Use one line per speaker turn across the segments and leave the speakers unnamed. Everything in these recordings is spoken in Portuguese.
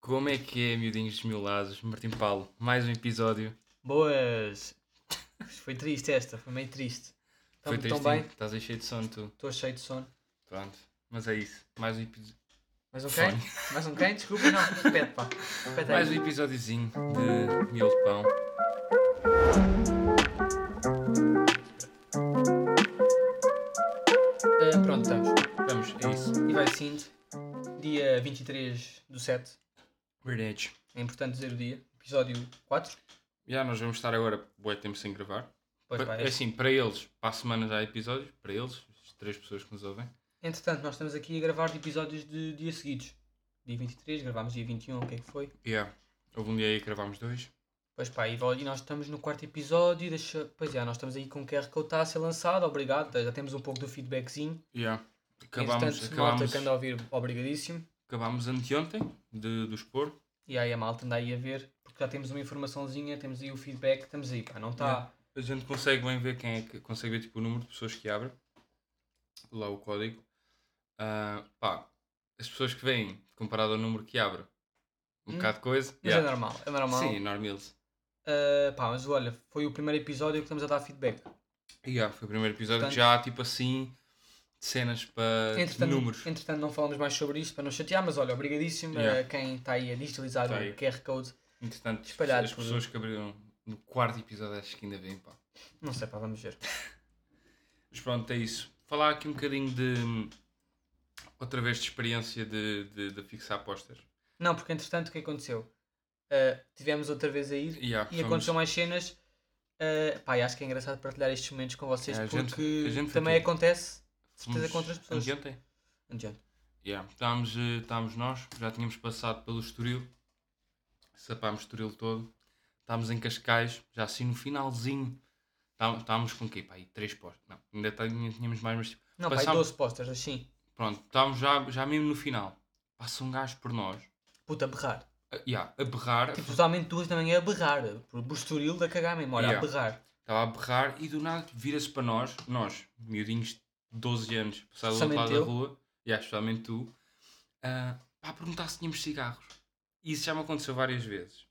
Como é que é, miudinhos desmiolados? Martim Paulo, mais um episódio.
Boas! Foi triste esta, foi meio triste.
Foi
Estamos Tá tão
triste.
bem,
Estás aí cheio de sono, tu.
estou cheio de sono.
Pronto. Mas é isso. Mais um, epi-
Mais um quem? Mais um quem? Desculpa, não, repete pá. Repete aí.
mais um episódiozinho de Miolo de Pão.
Ah, pronto, estamos.
eh, Vamos, é isso.
E vai sendo dia 23 do 7.
Verdade.
É importante dizer o dia. Episódio 4.
Já nós vamos estar agora bué tempo sem gravar.
Pois
Pa-
pá,
é
é.
assim, para eles, para a semana já há episódios. Para eles, as três pessoas que nos ouvem.
Entretanto, nós estamos aqui a gravar de episódios de dias seguidos. Dia 23, gravámos dia 21, o que é que foi?
Yeah. Houve um dia aí que gravámos dois.
Pois pá, e vol- e nós estamos no quarto episódio. Deixa... Pois é, nós estamos aí com o QR Code está a ser lançado, obrigado. Já temos um pouco do feedbackzinho.
Yeah. Acabámos,
Entretanto, malta
acabámos,
que anda a ouvir, obrigadíssimo.
acabámos anteontem de, do expor.
E aí a malta anda aí a ver, porque já temos uma informaçãozinha, temos aí o feedback, estamos aí, pá, não tá. está.
Yeah. Né? A gente consegue bem ver quem é que consegue ver tipo, o número de pessoas que abre lá o código. Ah, pá, as pessoas que vêm comparado ao número que abre, um
Hum.
bocado de coisa.
Mas
Yeah.
é normal, é normal.
Sim, normils.
Ah, pá, mas olha, foi o primeiro episódio que estamos a dar feedback.
Yeah, foi o primeiro episódio
Portanto-
que já há tipo assim cenas para
Entretanto,
Ah, números.
entretanto, não falamos mais sobre isto para não chatear, mas olha, obrigadíssimo a
Yeah.
quem está aí a digitalizar
Tá aí.
o QR Code.
Entretanto,
espalhados
as
por-
pessoas que abriram no quarto episódio acho que ainda vêm. Pá.
Não sei, pá, vamos ver.
Mas pronto, é isso. Falar aqui um bocadinho de outra vez de experiência de, de, de fixar apostas.
Não, porque entretanto, o que aconteceu? Ah, tivemos outra vez a ir
Yeah,
e
fomos-
aconteceu mais cenas. Ah, pá, e acho que é engraçado partilhar estes momentos com vocês,
É, a gente-
porque
a gente foi
também
tudo.
acontece.
fomos
certeza com outras pessoas.
Anteontem.
Adiante.
Yeah, estávamos, eh, estávamos nós, já tínhamos passado pelo Estoril, sapámos o Estoril todo, estávamos em Cascais, já assim no finalzinho, Tá- estávamos com o quê? Pá, aí três postos, não, ainda tá- ainda tínhamos mais, mas tipo,
Não, pai,
Passava-
12 postas, assim.
pronto, estávamos já, já mesmo no final, passa um gajo por nós,
Puta, berrar.
a, yeah, a berrar,
Tipo, totalmente duas da manhã a berrar. Por busturil da cagar mesmo. Olha,
Yeah.
a berrar.
estava a berrar e do nada vira-se para nós, nós, miudinhos de 12 anos, passado do outro
Especialmente
lado
eu.
da rua, yeah, especialmente tu, ah, pá, perguntar se tínhamos cigarros. E isso já me aconteceu várias vezes.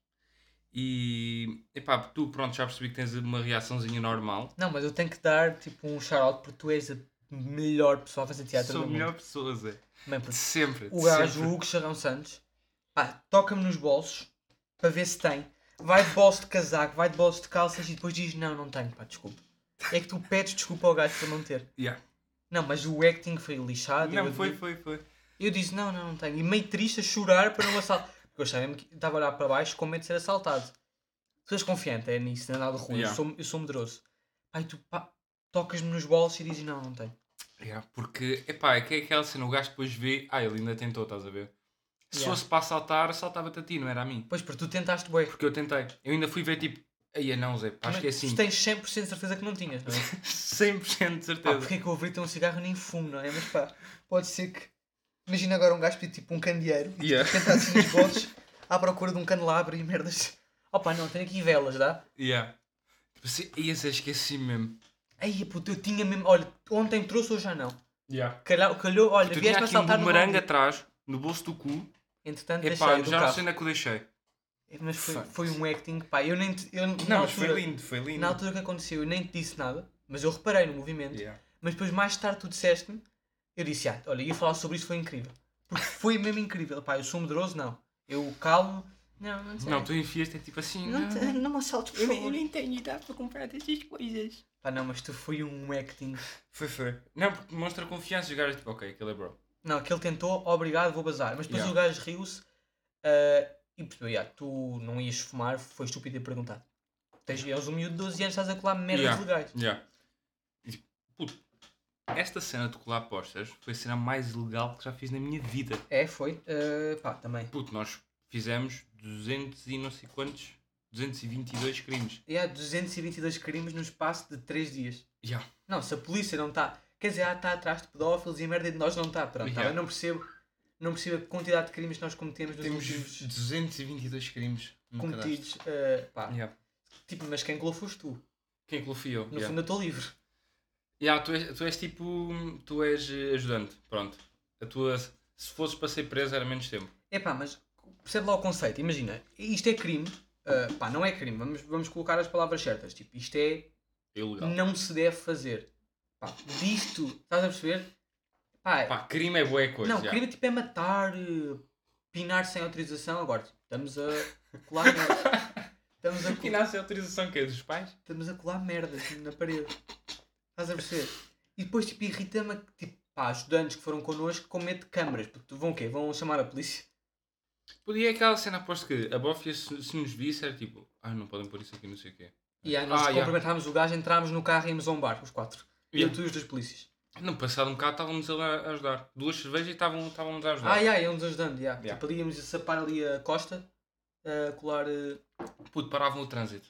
E, epá, tu, pronto, já percebi que tens uma reaçãozinha normal.
Não, mas eu tenho que dar tipo um shout-out porque tu és a melhor pessoa a fazer teatro
Sou a
do
melhor é.
mundo.
pessoa, Zé.
Man,
De
porque
sempre.
o
de
gajo,
sempre.
o Hugo Charrão Santos, pá, toca-me nos bolsos para ver se tem. Vai de bolso de casaco, vai de bolso de calças e depois diz: Não, não tenho, pá, desculpa. É que tu pedes desculpa ao gajo por não ter.
Yeah.
Não, mas o acting foi lixado.
Não,
eu-
foi, foi, foi.
Eu disse, não, não, não tenho. E meio triste a chorar para não assaltar. Porque eu achava mesmo que estava a olhar para baixo com medo de ser assaltado. Tu és confiante, é nisso, não é nada ruim.
Yeah.
Eu, sou, eu sou medroso. Aí tu pá, tocas-me nos bolsos e dizes, não, não tenho.
Yeah, porque, epá, é que é aquela cena, o gajo depois vê, ah, ele ainda tentou, estás a ver? Se
Yeah.
fosse para assaltar, assaltava-te a ti, não era a mim.
Pois, porque tu tentaste bué.
Porque eu tentei. Eu ainda fui ver, tipo, aí não, Zé, pá, acho que é
Mas
assim.
Tu tens 100% de certeza que não tinhas, não é?
100% de
pá,
certeza.
porque é que eu ouvi ter um cigarro e nem fumo, não é? Mas pá, pode ser que... Imagina agora um gajo pedir tipo um candeeiro.
Yeah.
Tentar-se nos bolsos à procura de um candelabro e merdas. Opa, não, tenho aqui velas, dá?
Yeah. Tipo assim, ia se esqueci mesmo.
Aí, puto, eu tinha mesmo... Olha, ontem trouxe, hoje já não.
Yeah.
Calhou, calhou olha,
Tu tinha
vieste-me
aqui um
assaltar no
bumerangue
baranga.
atrás, no bolso do cu.
Entretanto,
Epá,
deixei do
já não
carro.
sei onde é que eu deixei.
Mas foi,
Fuck.
foi um acting, pá, eu nem... te- Eu, na, altura,
lindo, foi lindo.
na altura que aconteceu, eu nem te disse nada, mas eu reparei no movimento. Mas depois, mais tarde, tu disseste-me, eu disse, ah, olha, ia falar sobre isso, foi incrível. Porque foi mesmo incrível, pá, eu sou medroso, não. Eu calmo, não, não sei.
Não, tu enfiaste, é tipo assim.
não, te- não me assaltes, por favor.
tenho idade para comprar dessas coisas.
Pá, não, mas tu foi um acting.
Foi, foi. Não, porque mostra confiança e o gajo é tipo, ok, aquele é bro.
Não, aquele tentou, obrigado, vou bazar. Mas depois
Yeah.
o gajo riu-se ah, e percebeu, yeah, tu não ias fumar, foi estúpido ter perguntado. Tens, és um miúdo de 12 anos, estás a colar merdas
Yeah.
legais.
Yeah. E, tipo, puto, esta cena de colar postas foi a cena mais legal que já fiz na minha vida.
É, foi. Ah, pá, também.
Puto, nós fizemos 200 e não sei quantos, 222 crimes.
E há 222 crimes no espaço de 3 dias.
Yeah.
Não, se a polícia não está... Quer dizer, ah, está atrás de pedófilos e a merda de nós não está. Pronto, tá,
Yeah.
eu não percebo, não percebo a quantidade de crimes que nós cometemos nos
Temos um
últimos
222 crimes no cadastro.
cometidos. ah, pá.
Yeah.
Tipo, mas quem colou foste tu.
Quem é colofia?
No fundo eu estou livre.
Yeah, tu, és, tu és tipo. Tu és eh, ajudante, pronto. A tua. Se fosses para ser preso era menos tempo.
Epá, mas percebe lá o conceito. Imagina, isto é crime. ah, pá, não é crime. Vamos, vamos colocar as palavras certas. Tipo, isto é
Ilegal.
não se deve fazer. Pá, disto, estás a perceber? Pá,
Pá, crime é boa coisa.
não,
já.
crime tipo é matar, eh, pinar sem autorização. Agora, tipo, estamos a colar merda. Estamos a,
E
col-
nasce a autorização que é dos pais?
estamos a colar merda assim, na parede. Estás a perceber? E depois, tipo, irrita-me, que, tipo, pá, estudantes que foram connosco com medo de câmaras. Puto, Vão o quê? Vão chamar a polícia?
Podia é aquela cena, aposto que a bofia se, se nos visse era tipo, ah, não podem pôr isso aqui, não sei o quê.
E aí nós
Ah, yeah.
cumprimentámos o gajo, entrámos no carro e íamos a um bar, os quatro.
Yeah.
Eu, tu e os dois polícias.
Não, passado um bocado estávamos a lá a ajudar. Duas cervejas e estavam- estávamos a ajudar.
Ah, yeah, íamos ajudando, yeah.
Yeah.
Tipo, ali íamos a sapar ali a costa, a colar... eh,
Puto, paravam o trânsito.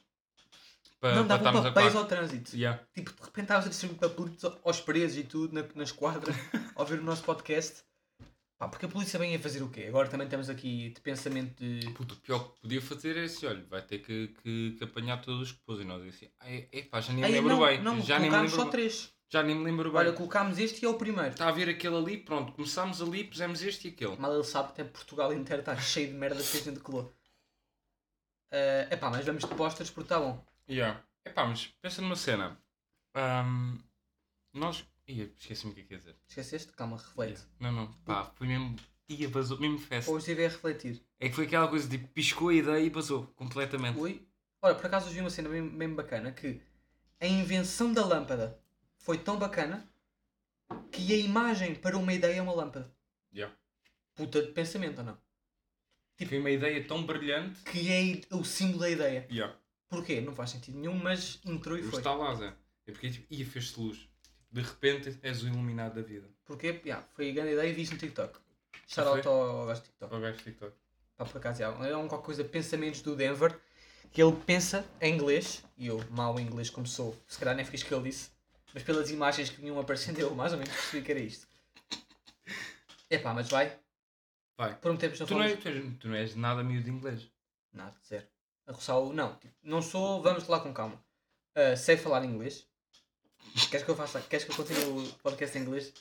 Para,
não, davam
estarmos a
papéis
quatro.
ao trânsito.
Yeah.
Tipo, de repente estavas a distribuir papelitos aos presos e tudo, na, na esquadra, a ouvir o nosso podcast. Pá, porque a polícia vem a fazer o quê? Agora também temos aqui de pensamento de...
Puto, o pior que podia fazer é assim, olha, vai ter que, que, que apanhar todos os que pôs. E nós assim, ai, epá, já nem me
Ei,
lembro
não,
bem.
não,
já, nem me lembro
colocámos só
bem.
três.
já nem me lembro
Olha,
bem.
colocámos este e é o primeiro.
Está a vir aquele ali, pronto, começámos ali, pusemos este e aquele.
Mal ele sabe que até Portugal inteiro está cheio de merda que a gente colou. é epá, mas vamos de posters porque está bom.
Yeah. Epá, mas pensa numa cena. Ahm, nós. Ih, esqueci-me o que é que ia dizer.
Esqueceste? Calma, reflete.
Yeah. Não, não, pá, foi mesmo. Ia, vazou, mesmo festa.
Ou Hoje estive a refletir.
É que foi aquela coisa de piscou a ideia e vazou completamente.
Oi? Olha, por acaso hoje vi uma cena bem, bem bacana que a invenção da lâmpada foi tão bacana que a imagem para uma ideia é uma lâmpada.
Yeah.
Puta de pensamento ou não?
Tipo, Foi uma ideia tão brilhante.
Que é i- o símbolo da ideia.
Yeah.
Porquê? Não faz sentido nenhum, mas entrou e
Mas
foi.
está lá, Zé. É porque tipo, ia, fez-te luz. De repente és o iluminado da vida.
Porquê? Yeah, foi a grande ideia e vi isso no TikTok.
foi?
Shout out ao gajo do TikTok.
Ao gajo do TikTok.
Pá, por acaso, é um- é um qualquer coisa, pensamentos do Denver, que ele pensa em inglês, e eu, mal em inglês como sou, se calhar nem fiz o que ele disse, mas pelas imagens que vinham aparecendo, eu mais ou menos percebi que era isto. Epá, mas vai.
Vai.
Prometemos não
Tu não, é-
falamos
és, tu, és, tu não és nada miúdo de inglês.
nada, zero. A Rossal, não, tipo, não sou, vamos lá com calma. Ah, sei falar inglês. Queres que eu faça, queres que eu continue o podcast em inglês?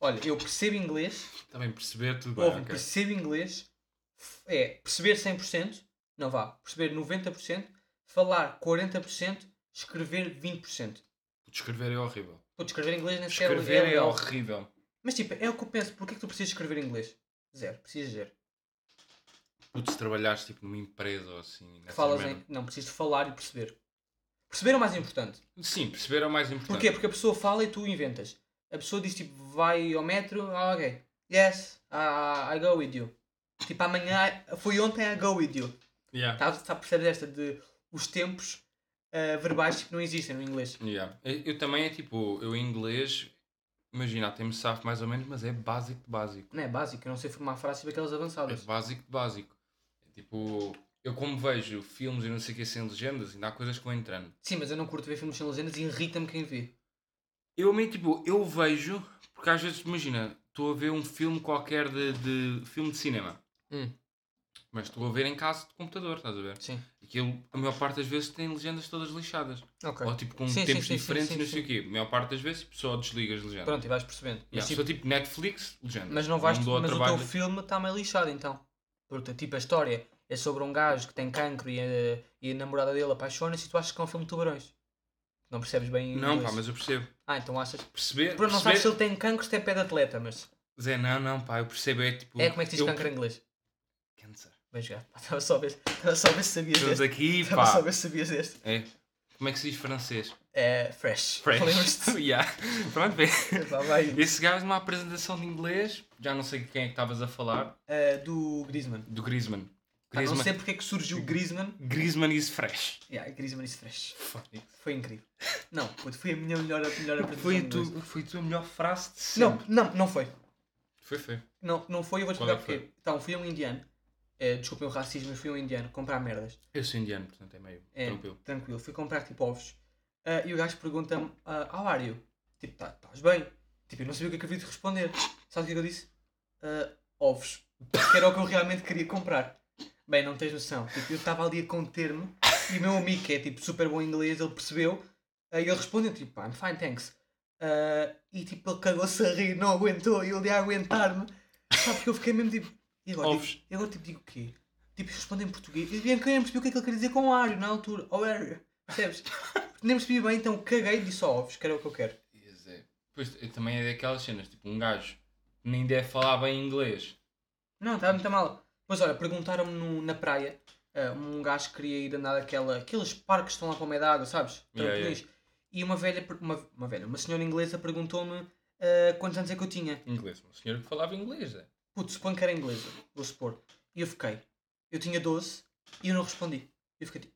Olha, eu percebo inglês,
Também perceber, tudo bem.
Ouve,
ok.
percebo inglês, f- é perceber 100%, não vá, perceber 90%, falar 40%, escrever 20%.
Escrever é horrível.
Pô, escrever inglês nem sequer
Escrever é
legal.
horrível.
Mas tipo, é o que eu penso, porquê que tu precisas escrever inglês? Zero, precisas zero.
Puto, se trabalhares tipo numa empresa ou assim.
Que
nessa
falas
merda.
em... Não, precisas de falar e perceber. Perceber é o mais importante.
Sim, perceber é o mais importante.
Porquê? Porque a pessoa fala e tu inventas. A pessoa diz tipo, vai ao metro, ah ok, yes, ah, I, I go with you. Tipo, amanhã, foi ontem, I go with you.
Yeah.
Está, está a perceber esta de os tempos ah, verbais tipo, não existem no inglês.
Yeah. Eu eu também é tipo, eu em inglês, imagina, até me safo mais ou menos, mas é básico de básico.
Não é básico, eu não sei formar frases tipo aquelas
É
avançadas.
básico de básico. É tipo, eu como vejo filmes e não sei o que sem legendas, ainda há coisas que vão entrando.
Sim, mas eu não curto ver filmes sem legendas e irrita-me quem vê.
Eu meio tipo, eu vejo, porque às vezes, imagina, estou a ver um filme qualquer de, de filme de cinema.
Hum.
Mas estou a ver em casa de computador, estás a ver?
Sim.
Aquilo, a maior parte das vezes tem legendas todas lixadas.
Ok.
Ou tipo com
Sim, sim,
tempos
sim, sim,
diferentes
sim,
e não sei o quê. A maior parte das vezes tipo, só desliga as legendas.
Pronto, e vais percebendo.
Yeah,
Mas, tipo,
só tipo Netflix, legenda.
mas não vais.
me dou ao
mas o
trabalho
teu filme está meio lixado então. Porque tipo a história é sobre um gajo que tem cancro e a, e a namorada dele apaixona-se e tu achas que é um filme de tubarões. Não percebes bem.
de- Não,
inglês.
pá, mas eu percebo.
Ah, então achas.
Perceber.
é Pronto, não
perceber...
sabes se ele tem cancro se tem pé de atleta, mas.
Zé, não, não, pá, eu percebo. É tipo.
É como é que diz
eu...
cancro em inglês?
Câncer.
Bem jogado. Pá, Estava só a ver estava só a ver se sabias
Estamos
deste.
aqui,
Estava só a
pá.
ver se sabias deste.
É. Como é que se diz francês?
É fresh.
French.
Lembras-te?
yeah. Pronto, é. bem.
Pá, vai.
Esse gajo numa apresentação de inglês, já não sei de quem é que estavas a falar,
É, do Griezmann.
do Griezmann.
Pá, não
Griezmann,
sei porque é que surgiu Griezmann.
Griezmann is fresh.
Yeah, Griezmann is fresh.
Foi,
Foi incrível. Não, puto, foi a minha melhor, a melhor apresentação.
foi,
de
a tua,
dois.
foi a tua melhor frase de
Não,
sempre.
não, não foi.
Foi, foi.
Não, não foi, eu vou te
Qual é
explicar
que
porquê. Então, fui a um indiano. É, desculpem o racismo, mas fui a um indiano comprar merdas.
Eu sou indiano, portanto é meio
É,
tranquilo.
tranquilo. Fui comprar tipo ovos. Ah, e o gajo pergunta-me, ah, how are you? Tipo, tá- estás bem? Tipo, eu não sabia o que é que havia de responder. Sabe o que é que eu disse? Ah, ovos. Que era o que eu realmente queria comprar. Bem, não tens noção. Tipo, eu estava ali a conter-me e o meu amigo, que é tipo super bom em inglês, ele percebeu ah, e ele respondeu tipo, I'm fine, thanks. Ah, e tipo, ele cagou-se a rir, não aguentou e ele ia aguentar-me. Sabe que eu fiquei mesmo tipo, E agora,
Ovos.
digo- e agora tipo, digo o quê? Tipo, responde em português. E eu nem percebi o que é que ele queria dizer com ário na altura. Ou ário, percebes? nem percebi bem, então caguei e disse só ovos, que era o que eu quero.
Pois é. Pois e também é daquelas cenas, tipo, um gajo nem deve falar bem inglês.
Não, estava muito mal. Pois olha, perguntaram-me no- na praia. ah, um gajo queria ir andar naquela, aqueles parques que estão lá para o meio da água, sabes?
Yeah,
Trampolins. E uma velha, per- uma, uma velha, uma senhora inglesa perguntou-me ah, quantos anos é que eu tinha.
Inglês, um senhor que falava inglês, é.
Putz, suponho que era inglesa, vou supor. E eu fiquei. Eu tinha 12 e eu não respondi. Eu fiquei tipo.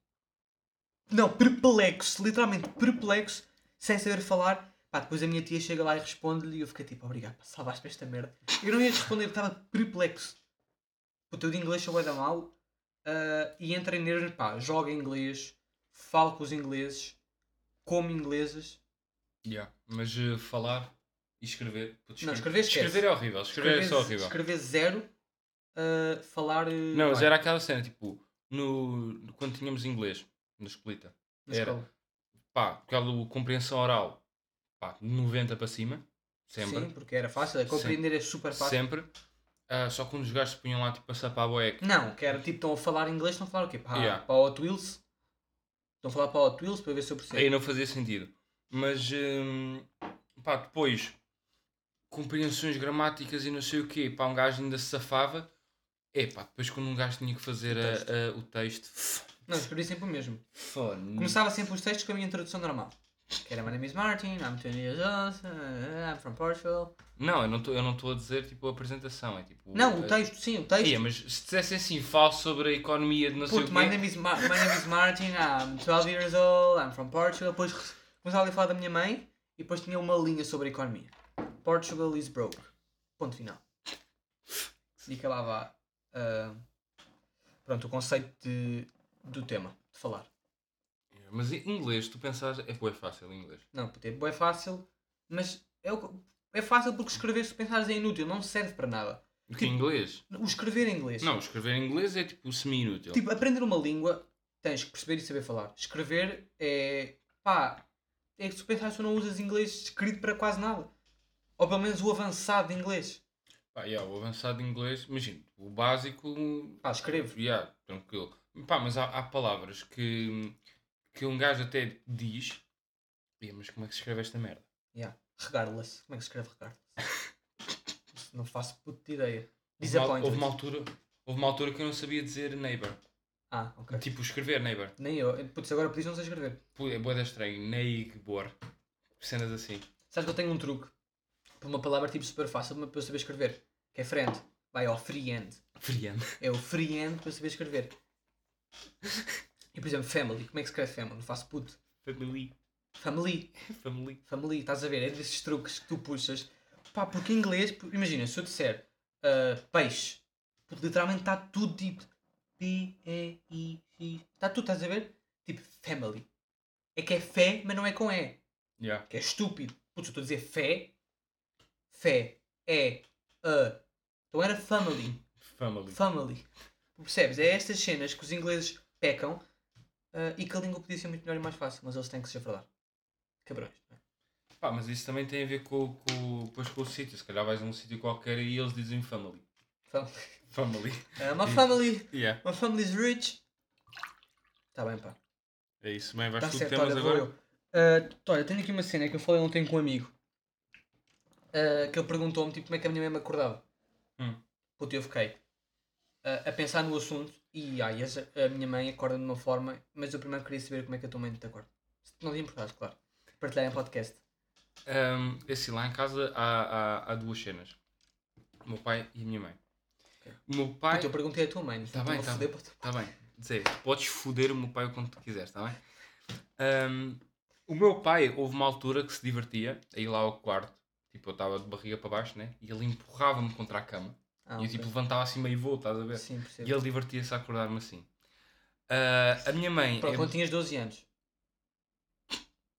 Não, perplexo, literalmente perplexo, sem saber falar. Pá, depois a minha tia chega lá e responde-lhe e eu fiquei tipo, obrigado, pá, salvaste-me esta merda. Eu não ia responder, eu estava perplexo. Puta, eu de inglês sou bué da mal. ah, e entra em nervos, pá, joga inglês, falo com os ingleses, como ingleses.
Yeah. Mas eh, falar e escrever. Putz,
Não, escrever esquece.
escrever é horrível, escrever, é só horrível.
Escrever zero, ah, falar. ah,
Não, mas
vai,
era aquela cena, tipo, no, quando tínhamos inglês, na escolita,
na
era.
escola.
pá, aquela compreensão oral, pá, de 90 para cima, sempre,
Sim, porque era fácil, é compreender é super fácil.
sempre. Ah, só quando os gajos se punham lá, tipo, a sapar a boeca.
Não, que era tipo, estão a falar inglês, estão a falar o quê? Para,
Yeah.
para o Hot Wheels? Estão a falar para o Hot Wheels para ver se eu percebo.
Aí não fazia sentido. Mas, hum, pá, depois, compreensões gramáticas e não sei o quê, pá, um gajo ainda se safava. É pá, depois quando um gajo tinha que fazer a-
texto.
a- o texto.
Não, escrevi sempre o mesmo.
Fone.
Começava sempre os textos com a minha introdução normal. Que era My name is Martin, I'm 20 years old, uh, I'm from Portugal.
Não, eu não tô- eu não estou a dizer, tipo, a apresentação, é tipo...
Não,
a-
o texto, sim, o texto.
Ia, mas se dissesse assim, falo sobre a economia de não sei o
Puto,
quê...
my name, is Ma- my name is Martin, I'm 12 years old, I'm from Portugal. Depois re- começava ali a falar da minha mãe e depois tinha uma linha sobre a economia. Portugal is broke. Ponto final. E acabava ah, pronto, o conceito de, do tema, de falar.
Mas em inglês, tu pensas, é bué fácil em inglês.
Não, puto, é bué fácil, mas é, o que- é fácil porque escrever, se pensares, é inútil, não serve para nada.
Porque em inglês...
O escrever em inglês.
Não, escrever em inglês é tipo semi-inútil.
assim. Tipo, aprender uma língua tens que perceber e saber falar. Escrever é. pá. É que se tu pensares tu não usas inglês escrito para quase nada. Ou pelo menos o avançado de inglês.
Pá, yeah, o avançado em inglês, imagina, o básico...
Pá, escrevo.
Yeah, tranquilo. Pá, mas há, há palavras que, que um gajo até diz... Ia, mas como é que se escreve esta merda?
Yeah. Regardless. Como é que se escreve regardless? Isso não faço puta ideia.
Houve uma-
Disappointed.
Houve uma altura... Houve uma altura que eu não sabia dizer neighbor.
Ah, ok.
Tipo, escrever neighbor.
Nem eu. Eh, Putz, agora pedi não sei escrever.
Pô, É boa estranho. Neighbor. Cenas assim.
Sabes que eu tenho um truque. Para uma palavra tipo super fácil mas para eu saber escrever. Que é friend. Vai ao free end.
Friando.
É o free-end para saber escrever. E por exemplo, family. Como é que se escreve family? Não faço puto.
Family.
Family.
Family.
Family. Estás a ver? É desses truques que tu puxas. Pá, porque em inglês, por- imagina, se eu disser ah, peixe, puto, literalmente está tudo tipo P-E-I-X. Está tudo, estás a ver? Tipo family. É que é fé, mas não é com E.
Yeah.
Que é estúpido. Putz, eu estou a dizer fé. Fé. É. A. Então era family.
Family.
Family. Percebes? É estas cenas que os ingleses pecam ah, e que a língua podia ser muito melhor e mais fácil, mas eles têm que se falar. Cabrões. não é?
Pá, mas isso também tem a ver com, com, pois com o sítio. Se calhar vais a um sítio qualquer e eles dizem family.
Family.
Family.
é? Ah, my family.
Yeah.
My family is rich. Tá bem, pá.
É isso, bem. Vais
Está
tu
Tá certo,
temas
olha, vou
agora?
eu. Ah, t- olha, tenho aqui uma cena que eu falei ontem com um amigo ah, que ele perguntou-me tipo, como é que a minha mãe me acordava.
Hum.
Puta, eu fiquei ah, a pensar no assunto e ai, essa- a minha mãe acorda de uma forma, mas eu primeiro queria saber como é que a tua mãe te acorda. Se não te importares, claro. Partilhar em podcast.
Ahm, é assim, lá em casa há, há, há duas cenas. O meu pai e a minha mãe. O meu pai...
Puta, eu perguntei à tua mãe.
Tá bem, tá bem. Tá bem. Zé, podes foder o meu pai quando tu quiseres, tá bem? Ahm, o meu pai, houve uma altura que se divertia, a ir lá ao quarto, tipo, eu estava de barriga para baixo, né? E ele empurrava-me contra a cama.
Ah,
e eu,
ok.
tipo, levantava assim meio voo, estás a ver?
Sim,
E
percebo.
ele divertia-se a acordar-me assim. Ah, a minha mãe...
Pronto,
é-
quando tinhas 12 anos.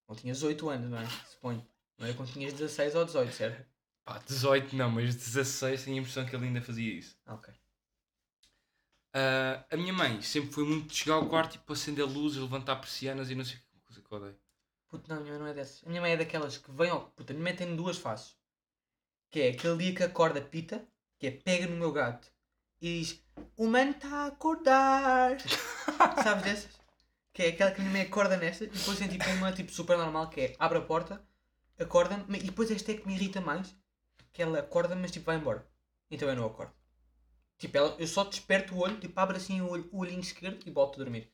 Quando tinhas 8 anos, não é? Suponho. Não era quando tinhas 16 ou 18, certo?
Pá, 18 não, mas 16 tenho a impressão que ele ainda fazia isso.
Ah, ok.
Ah, a minha mãe sempre foi muito de chegar ao quarto, tipo, acender luzes, levantar persianas e não sei o que coisa que eu odeio.
Puto, não, a minha mãe não é dessas. A minha mãe é daquelas que vem ao. Puta, a minha mãe tem duas faces. Que é aquele dia que acorda pita, que é pega no meu gato e diz O mano está a acordar. Sabes dessas? Que é aquela que me acorda nesta e depois tem tipo uma tipo super normal que é abre a porta, acorda-me mas- e depois esta é que me irrita mais, que ela acorda-me mas tipo vai embora. Então eu não acordo. Tipo, ela, eu só desperto o olho, tipo abro assim o, olho, o olhinho esquerdo e volto a dormir.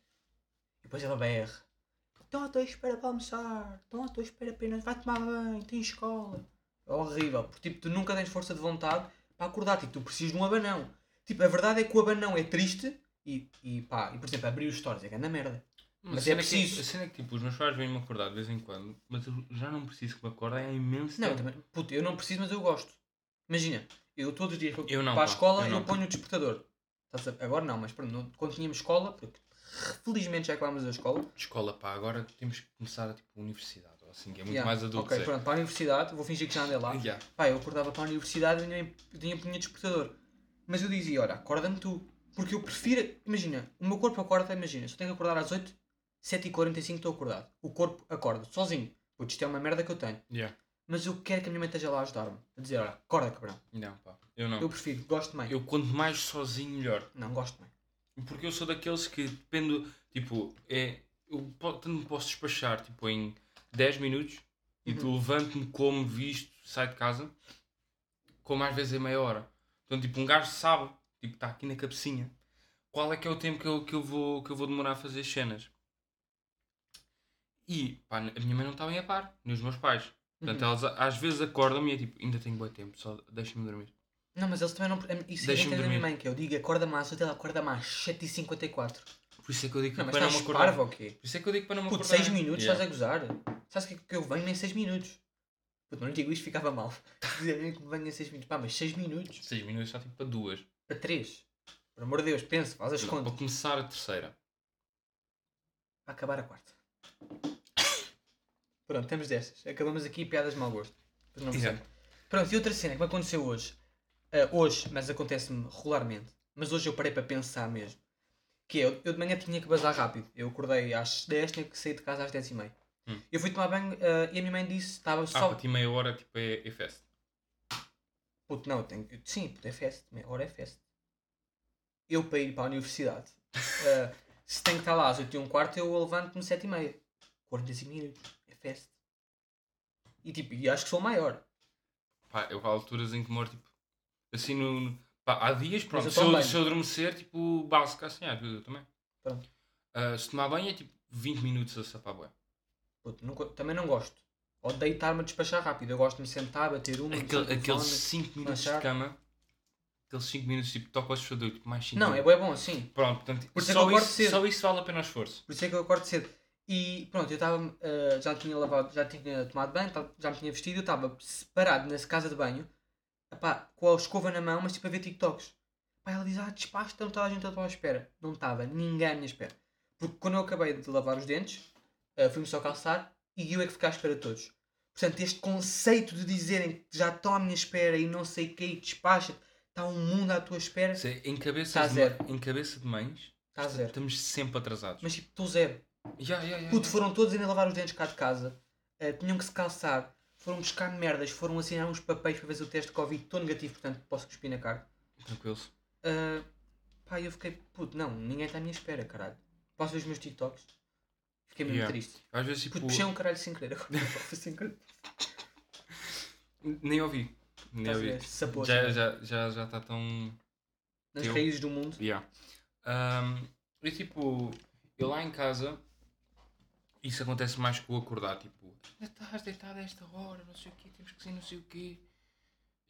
E depois ela BR. Estão Então, à tua espera para almoçar, estão à tua espera apenas, vai tomar banho, tem escola. É horrível, porque tipo, tu nunca tens força de vontade para acordar, tipo, tu precisas de um abanão. Tipo, a verdade é que o abanão é triste e, e pá, e por exemplo, abrir os stories é grande merda. Mas
a
é
cena que-
preciso.
A cena é que tipo, os meus pais vêm-me acordar de vez em quando, mas eu já não preciso que me acordem é imenso.
Não, eu
tempo.
também, puto, eu não preciso, mas eu gosto. Imagina, eu todos os dias que eu
Eu não,
para a
pá,
escola
eu
eu,
não.
ponho o despertador. Estás a- Agora não, mas pronto, não- quando tínhamos escola, porque felizmente já acabámos da escola.
Escola, pá, agora temos que começar a tipo, universidade, ou assim, que é muito
Yeah,
mais adulto.
Ok,
é.
pronto, para a universidade, vou fingir que já andei lá.
Yeah.
Pá, eu acordava para a universidade e nem- eu tinha, punha despertador. Mas eu dizia, olha, acorda-me tu. Porque eu prefiro, imagina, o meu corpo acorda, imagina, só tenho que acordar às 8, 7h45 estou acordado. O corpo acorda, sozinho. Putz, isto é uma merda que eu tenho.
Yeah.
Mas eu quero que a minha mãe esteja lá a ajudar-me. A dizer, olha, acorda, cabrão.
Não, pá, eu não.
Eu
Eu...
prefiro, gosto mãe.
quanto mais sozinho, melhor.
Não, gosto mãe.
Porque eu sou daqueles que dependo, tipo, é, eu po- tanto me posso despachar tipo, em 10 minutos e
Uhum.
tu levanto-me, como, visto, saio de casa, como às vezes é meia hora. Então, tipo, um gajo sabe, tipo, está aqui na cabecinha, qual é que é o tempo que eu, que eu, vou, que eu vou demorar a fazer as cenas. E, pá, a minha mãe não está bem a par, nem os meus pais. Portanto,
Uhum.
elas a- às vezes acordam-me e é tipo, ainda tenho bom tempo, só deixa-me dormir.
Não, mas eles também não. Isso é
Deixa-me
da minha
dormir.
mãe que eu digo, acorda-me às 8, ela acorda-me às 7h54.
Por isso é que eu digo
Não, mas
para não me
estás
acordar.
parvo
Por
ou quê?
isso é que eu digo para não me
Puto,
acordar.
6 minutos,
Yeah.
estás a gozar? Sabes que, que eu venho nem 6 minutos? Puto, não lhe digo isto, ficava mal. Dizer mesmo que venho em 6 minutos. Pá, mas 6 minutos?
6 minutos está tipo para duas.
Para 3. Por amor de Deus, pensa, faz as
Não,
contas.
para começar a terceira.
Vai acabar a quarta. Pronto, temos destas. Acabamos aqui piadas de mau gosto. Para não
Exato.
perceber. Pronto, e outra cena que me aconteceu hoje. Ah, hoje, mas acontece-me regularmente. Mas hoje eu parei para pensar mesmo. Que é, eu, eu de manhã tinha que bazar rápido. Eu acordei às 10, tinha que sair de casa às 10 e meia.
Hum.
Eu fui tomar banho ah, e a minha mãe disse, estava
Ah,
só...
para ti meia hora tipo é, é festa.
Puto, não, eu tenho. eu- sim, puto, é festa. Meia hora é festa. Eu para ir para a universidade. ah, se tenho que estar lá às 8 e um quarto, eu levanto-me 7 e meia. 45 minutos. É festa. E tipo, e acho que sou o maior.
Pá, eu há alturas em que moro tipo. Assim no. no- Pá, há dias, pronto.
eu
Se eu,
também.
se eu adormecer, tipo, básico assim, às vezes eu também.
Pronto.
Ah, se tomar banho é tipo 20 minutos a sapar banho.
Puto, nunca- também não gosto. Ou deitar-me a despachar rápido. Eu gosto de me sentar, bater uma. mexer no
Aquele, aqueles
telefone.
5 minutos de
relaxar.
cama. Aqueles 5 minutos tipo toca o fechador, tipo mais 5
Não, é
minutos.
bué bom, sim.
Pronto, portanto,
Por isso é que eu
só,
acordo
isso,
cedo.
só isso vale a pena o esforço.
Por isso é que eu acordo cedo. E pronto, eu estava. ah, já tinha lavado, já tinha tomado banho, tava- já me tinha vestido, eu estava separado na casa de banho, epá, com a escova na mão, mas tipo a ver TikToks. Pá, ela diz: Ah, despacho, então toda a gente à tua espera. Não estava ninguém à minha espera. Porque quando eu acabei de lavar os dentes, ah, fui-me só calçar e eu é que fiquei à espera de todos. Portanto, este conceito de dizerem que já estão à minha espera e não sei o que, despacha-te, está um mundo à tua espera,
Sim, é em,
Tá
cabeça de,
zero.
ma- em cabeça de mães,
está zero.
estamos sempre atrasados.
Mas tipo, estou zero.
Ya, ya, ya,
Puto,
ya.
foram todos ainda lavar os dentes cá de casa. eh, tinham que se calçar. Foram buscar merdas. Foram assinar uns papéis para fazer o teste de Covid. Estou negativo, portanto posso cuspir na cara.
Tranquilos.
Eh, pá, eu fiquei... Puto, não. Ninguém está à minha espera, caralho. Posso ver os meus TikToks? Fiquei mesmo
Yeah.
triste.
Às vezes, tipo,
Puto, puxei um caralho sem querer agora. sem querer.
nem ouvi. Nem
Estás a
ouvi.
ver? Sapou. assim.
Já já já já está tão.
Nas
teu.
raízes do mundo.
Ya. Ahm, e tipo, eu lá em casa, isso acontece mais com o acordar. Tipo, ainda estás deitado a esta hora, não sei o quê, temos que sair, não sei o quê.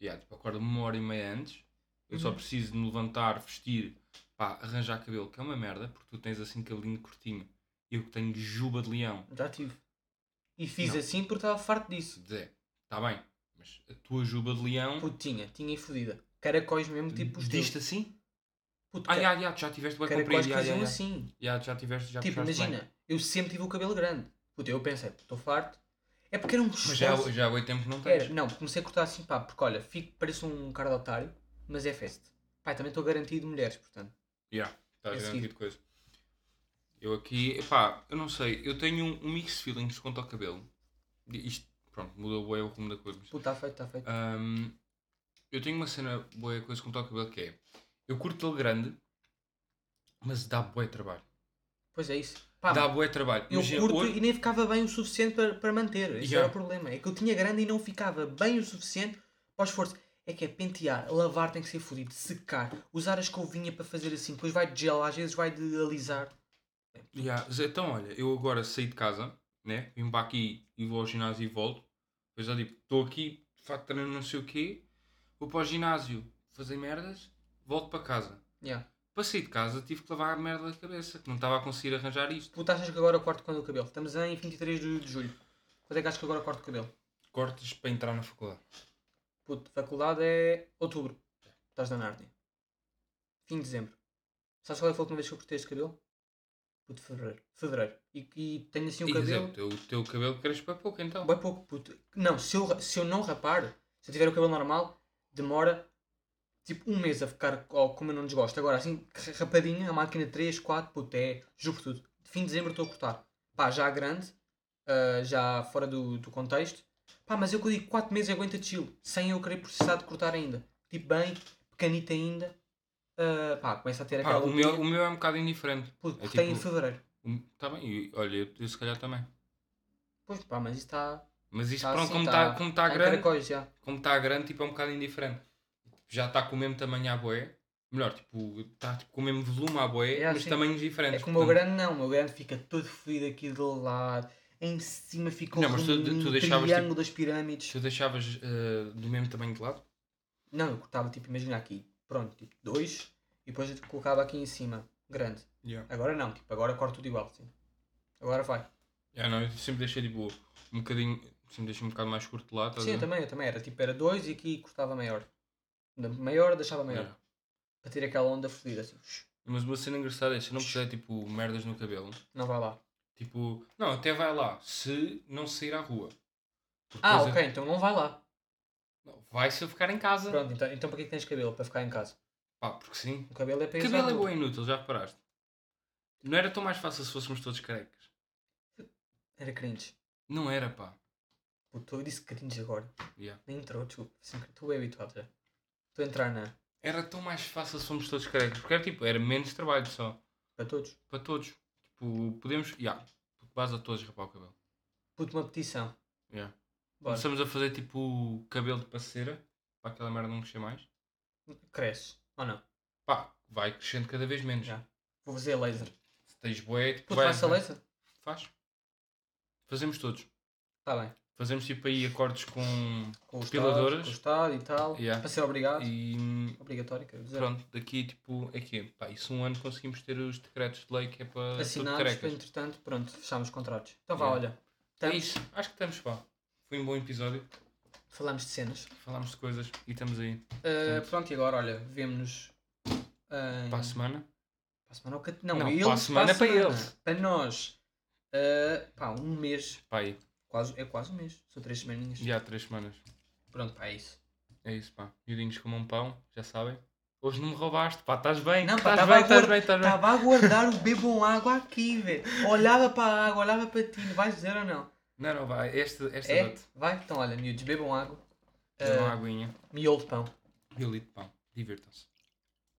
Ya, tipo, acordo uma hora e meia antes. Eu só
Uhum.
preciso de me levantar, vestir, pá, arranjar cabelo, que é uma merda, porque tu tens assim cabelinho curtinho. Eu que tenho juba de leão.
Já tive. E fiz
Não.
assim porque estava farto disso.
Zé, está tá bem, mas a tua juba de leão
Puto, tinha. Tinha e fodida. Caracóis mesmo, tipo os teus.
diz-te assim?
Puto,
Ah,
ca-
já, já, tu já tiveste bem comprido,
caracóis
já,
faziam
já, já.
assim.
Já, já tiveste, já
Tipo,
puxaste bem.
imagina, eu sempre tive o cabelo grande. Puta, eu pensei, estou farto. É porque era um
Mas já,
esforço.
já há oito tempo que não
Era,
tens.
não, comecei a cortar assim, pá, porque olha, fico, pareço um cara de otário, mas é festa. Pá, também estou garantido de mulheres, portanto.
Já, estás
É
a
seguir.
garantir coisa. Eu aqui, pá, eu não sei, eu tenho um, um mixed feelings quanto ao cabelo. E Isto, pronto, mudou bué o rumo
tá
da coisa. mas-
Puta, está feito, está feito.
Ahm, eu tenho uma cena boa coisa com o cabelo que é. Eu curto ele grande, mas dá bué trabalho.
Pois é isso. Pá,
dá bué trabalho.
eu
Imagina,
curto
hoje-
e nem ficava bem o suficiente para, para manter. Isso
Yeah.
era o problema. É que eu tinha grande e não ficava bem o suficiente para o esforço. É que é pentear, lavar tem que ser fodido, secar, usar a escovinha para fazer assim, depois vai de gel, às vezes vai de alisar.
Ya, Zé, Então, olha, eu agora saí de casa, né? Vim para aqui e vou ao ginásio e volto. Depois já digo, estou aqui, de facto treino não sei o quê. Vou para o ginásio fazer merdas, volto para casa.
Yeah.
Para sair de casa tive que lavar a merda da cabeça, que não estava a conseguir arranjar isto.
Tu achas que agora eu corto quando o cabelo? Estamos em 23 de, de julho. Quando é que achas que agora eu corto o cabelo?
Cortes para entrar na faculdade.
Puto, faculdade é outubro. Estás na Nárnia. Fim de dezembro. Sabes qual é que foi a última vez que eu cortei este cabelo? Puto, fevereiro. Fevereiro. E, e tenho assim o
e Zé,
cabelo.
o teu, o teu cabelo cresce para pouco então.
Bem pouco, puto. Não, se eu, se eu não rapar, se eu tiver o cabelo normal, demora tipo um mês a ficar co- como eu não desgosto. Agora, assim, rapadinho, a máquina 3, 4, puto, é, juro por tudo. Fim de dezembro estou a cortar. Pá, já grande, ah, já fora do, do contexto. Pá, mas eu que eu digo, 4 meses aguenta chill, sem eu querer precisar de cortar ainda. Tipo, bem, pequenito ainda. Ah, pá, começa a ter
Pá,
aquela.
o, meu, o meu é um bocado indiferente.
Puto,
é
cortei em
tipo-
fevereiro.
Está bem, e, olha, eu, eu se calhar também.
Pois, pá, mas isso está.
Mas isto,
Tá
pronto,
assim,
como
tá-
está como tá
tá em
grande,
caracóis, já.
como está grande, tipo, é um bocado indiferente. Já está com o mesmo tamanho à boé. Melhor, tipo, está tipo, com o mesmo volume à boé,
É
mas
assim.
tamanhos diferentes.
É que o meu
portanto-
grande não, o meu grande fica todo fodido aqui de lado, em cima fica o
Não, mas tu-
redondinho,
tu deixavas,
triângulo
tipo-
das pirâmides.
Tu deixavas eh, do mesmo tamanho de lado?
Não, eu cortava tipo, imagina aqui, pronto, tipo dois, e depois eu colocava aqui em cima, grande. Agora não, tipo, agora corto tudo igual, assim. Agora vai.
Ah, não, eu sempre deixei tipo um bocadinho, sempre deixei um bocado mais curto de lado. estás
Sim,
a
eu
ver?
também, eu também era, tipo, era dois e aqui cortava maior. Da Maior, deixava é maior,
Yeah.
para ter aquela onda fodida, assim,
Mas uma cena engraçada é, se eu não puser tipo merdas no cabelo,
não vai lá.
tipo, não, até vai lá, se não sair à rua. Porque
Ah,
depois é- eu-
ok, então não vai lá.
Não, vai se eu ficar em casa.
Pronto, então, então para que é que tens cabelo? Para ficar em casa.
Pá, porque sim.
O cabelo é para ir à
Cabelo é bom
rua.
inútil, já reparaste? Não era tão mais fácil se fôssemos todos carecas.
Era cringe.
Não era, pá.
Puto, eu disse cringe agora.
Yeah.
Nem entrou, desculpa. Assim, Estou bem habituado já. Estou a entrar na.
Era tão mais fácil se fôssemos todos carecas. Porque era tipo, era menos trabalho só.
Para todos.
Para todos. Tipo, podemos. Ya. Vais a todos rapar o cabelo.
Puto, uma petição.
Yeah.
Bora.
Começamos a fazer tipo cabelo de passeira para aquela merda não crescer mais.
Cresce. Ou não?
Pá, vai crescendo cada vez menos.
Já. Vou fazer laser.
Se tens boé, tipo,
Puto,
vai-
faça
vai-
laser?
Faz. Fazemos todos.
Está Tá bem.
Fazemos tipo aí acordes com.
Com o Estado,
Depiladoras?
com o Estado e tal.
Yeah.
Para ser obrigado.
E
Obrigatório, quero dizer.
pronto, daqui tipo. É que pá, isso um ano conseguimos ter os decretos de lei que é para tudo
Assinados,
carecas.
entretanto, pronto, fechámos contratos. Então vá,
Yeah.
olha.
É
Estamos,
isso. Acho que estamos, pá. Foi um bom episódio.
falámos de cenas.
Falámos de coisas e estamos aí.
Ah,
Portanto.
pronto, e agora, olha, vemos-nos. ah,
Para a semana.
Para a semana, ou cat- não,
Não,
eles,
para a semana é para eles.
Para nós, ah, pá, um mês,
Pá, aí.
quase, é quase um mês, são três semaninhas.
Já há três semanas.
Pronto, pá, é isso.
É isso, pá. Miudinhos como um pão, já sabem. Hoje não me roubaste, pá. Estás bem.
Não, pá, tá
estás
tava
bem,
a
estás
guard-
bem, estás bem.
Estava a guardar o bebam água aqui, velho. Olhava para a água, olhava para ti, vais dizer ou não?
Não, não, vai. Este, este
É?
dá-te.
Vai, então olha, miúdos, bebam água,
Dê uma aguinha
miolo de pão.
e um litro de pão. Divirtam-se.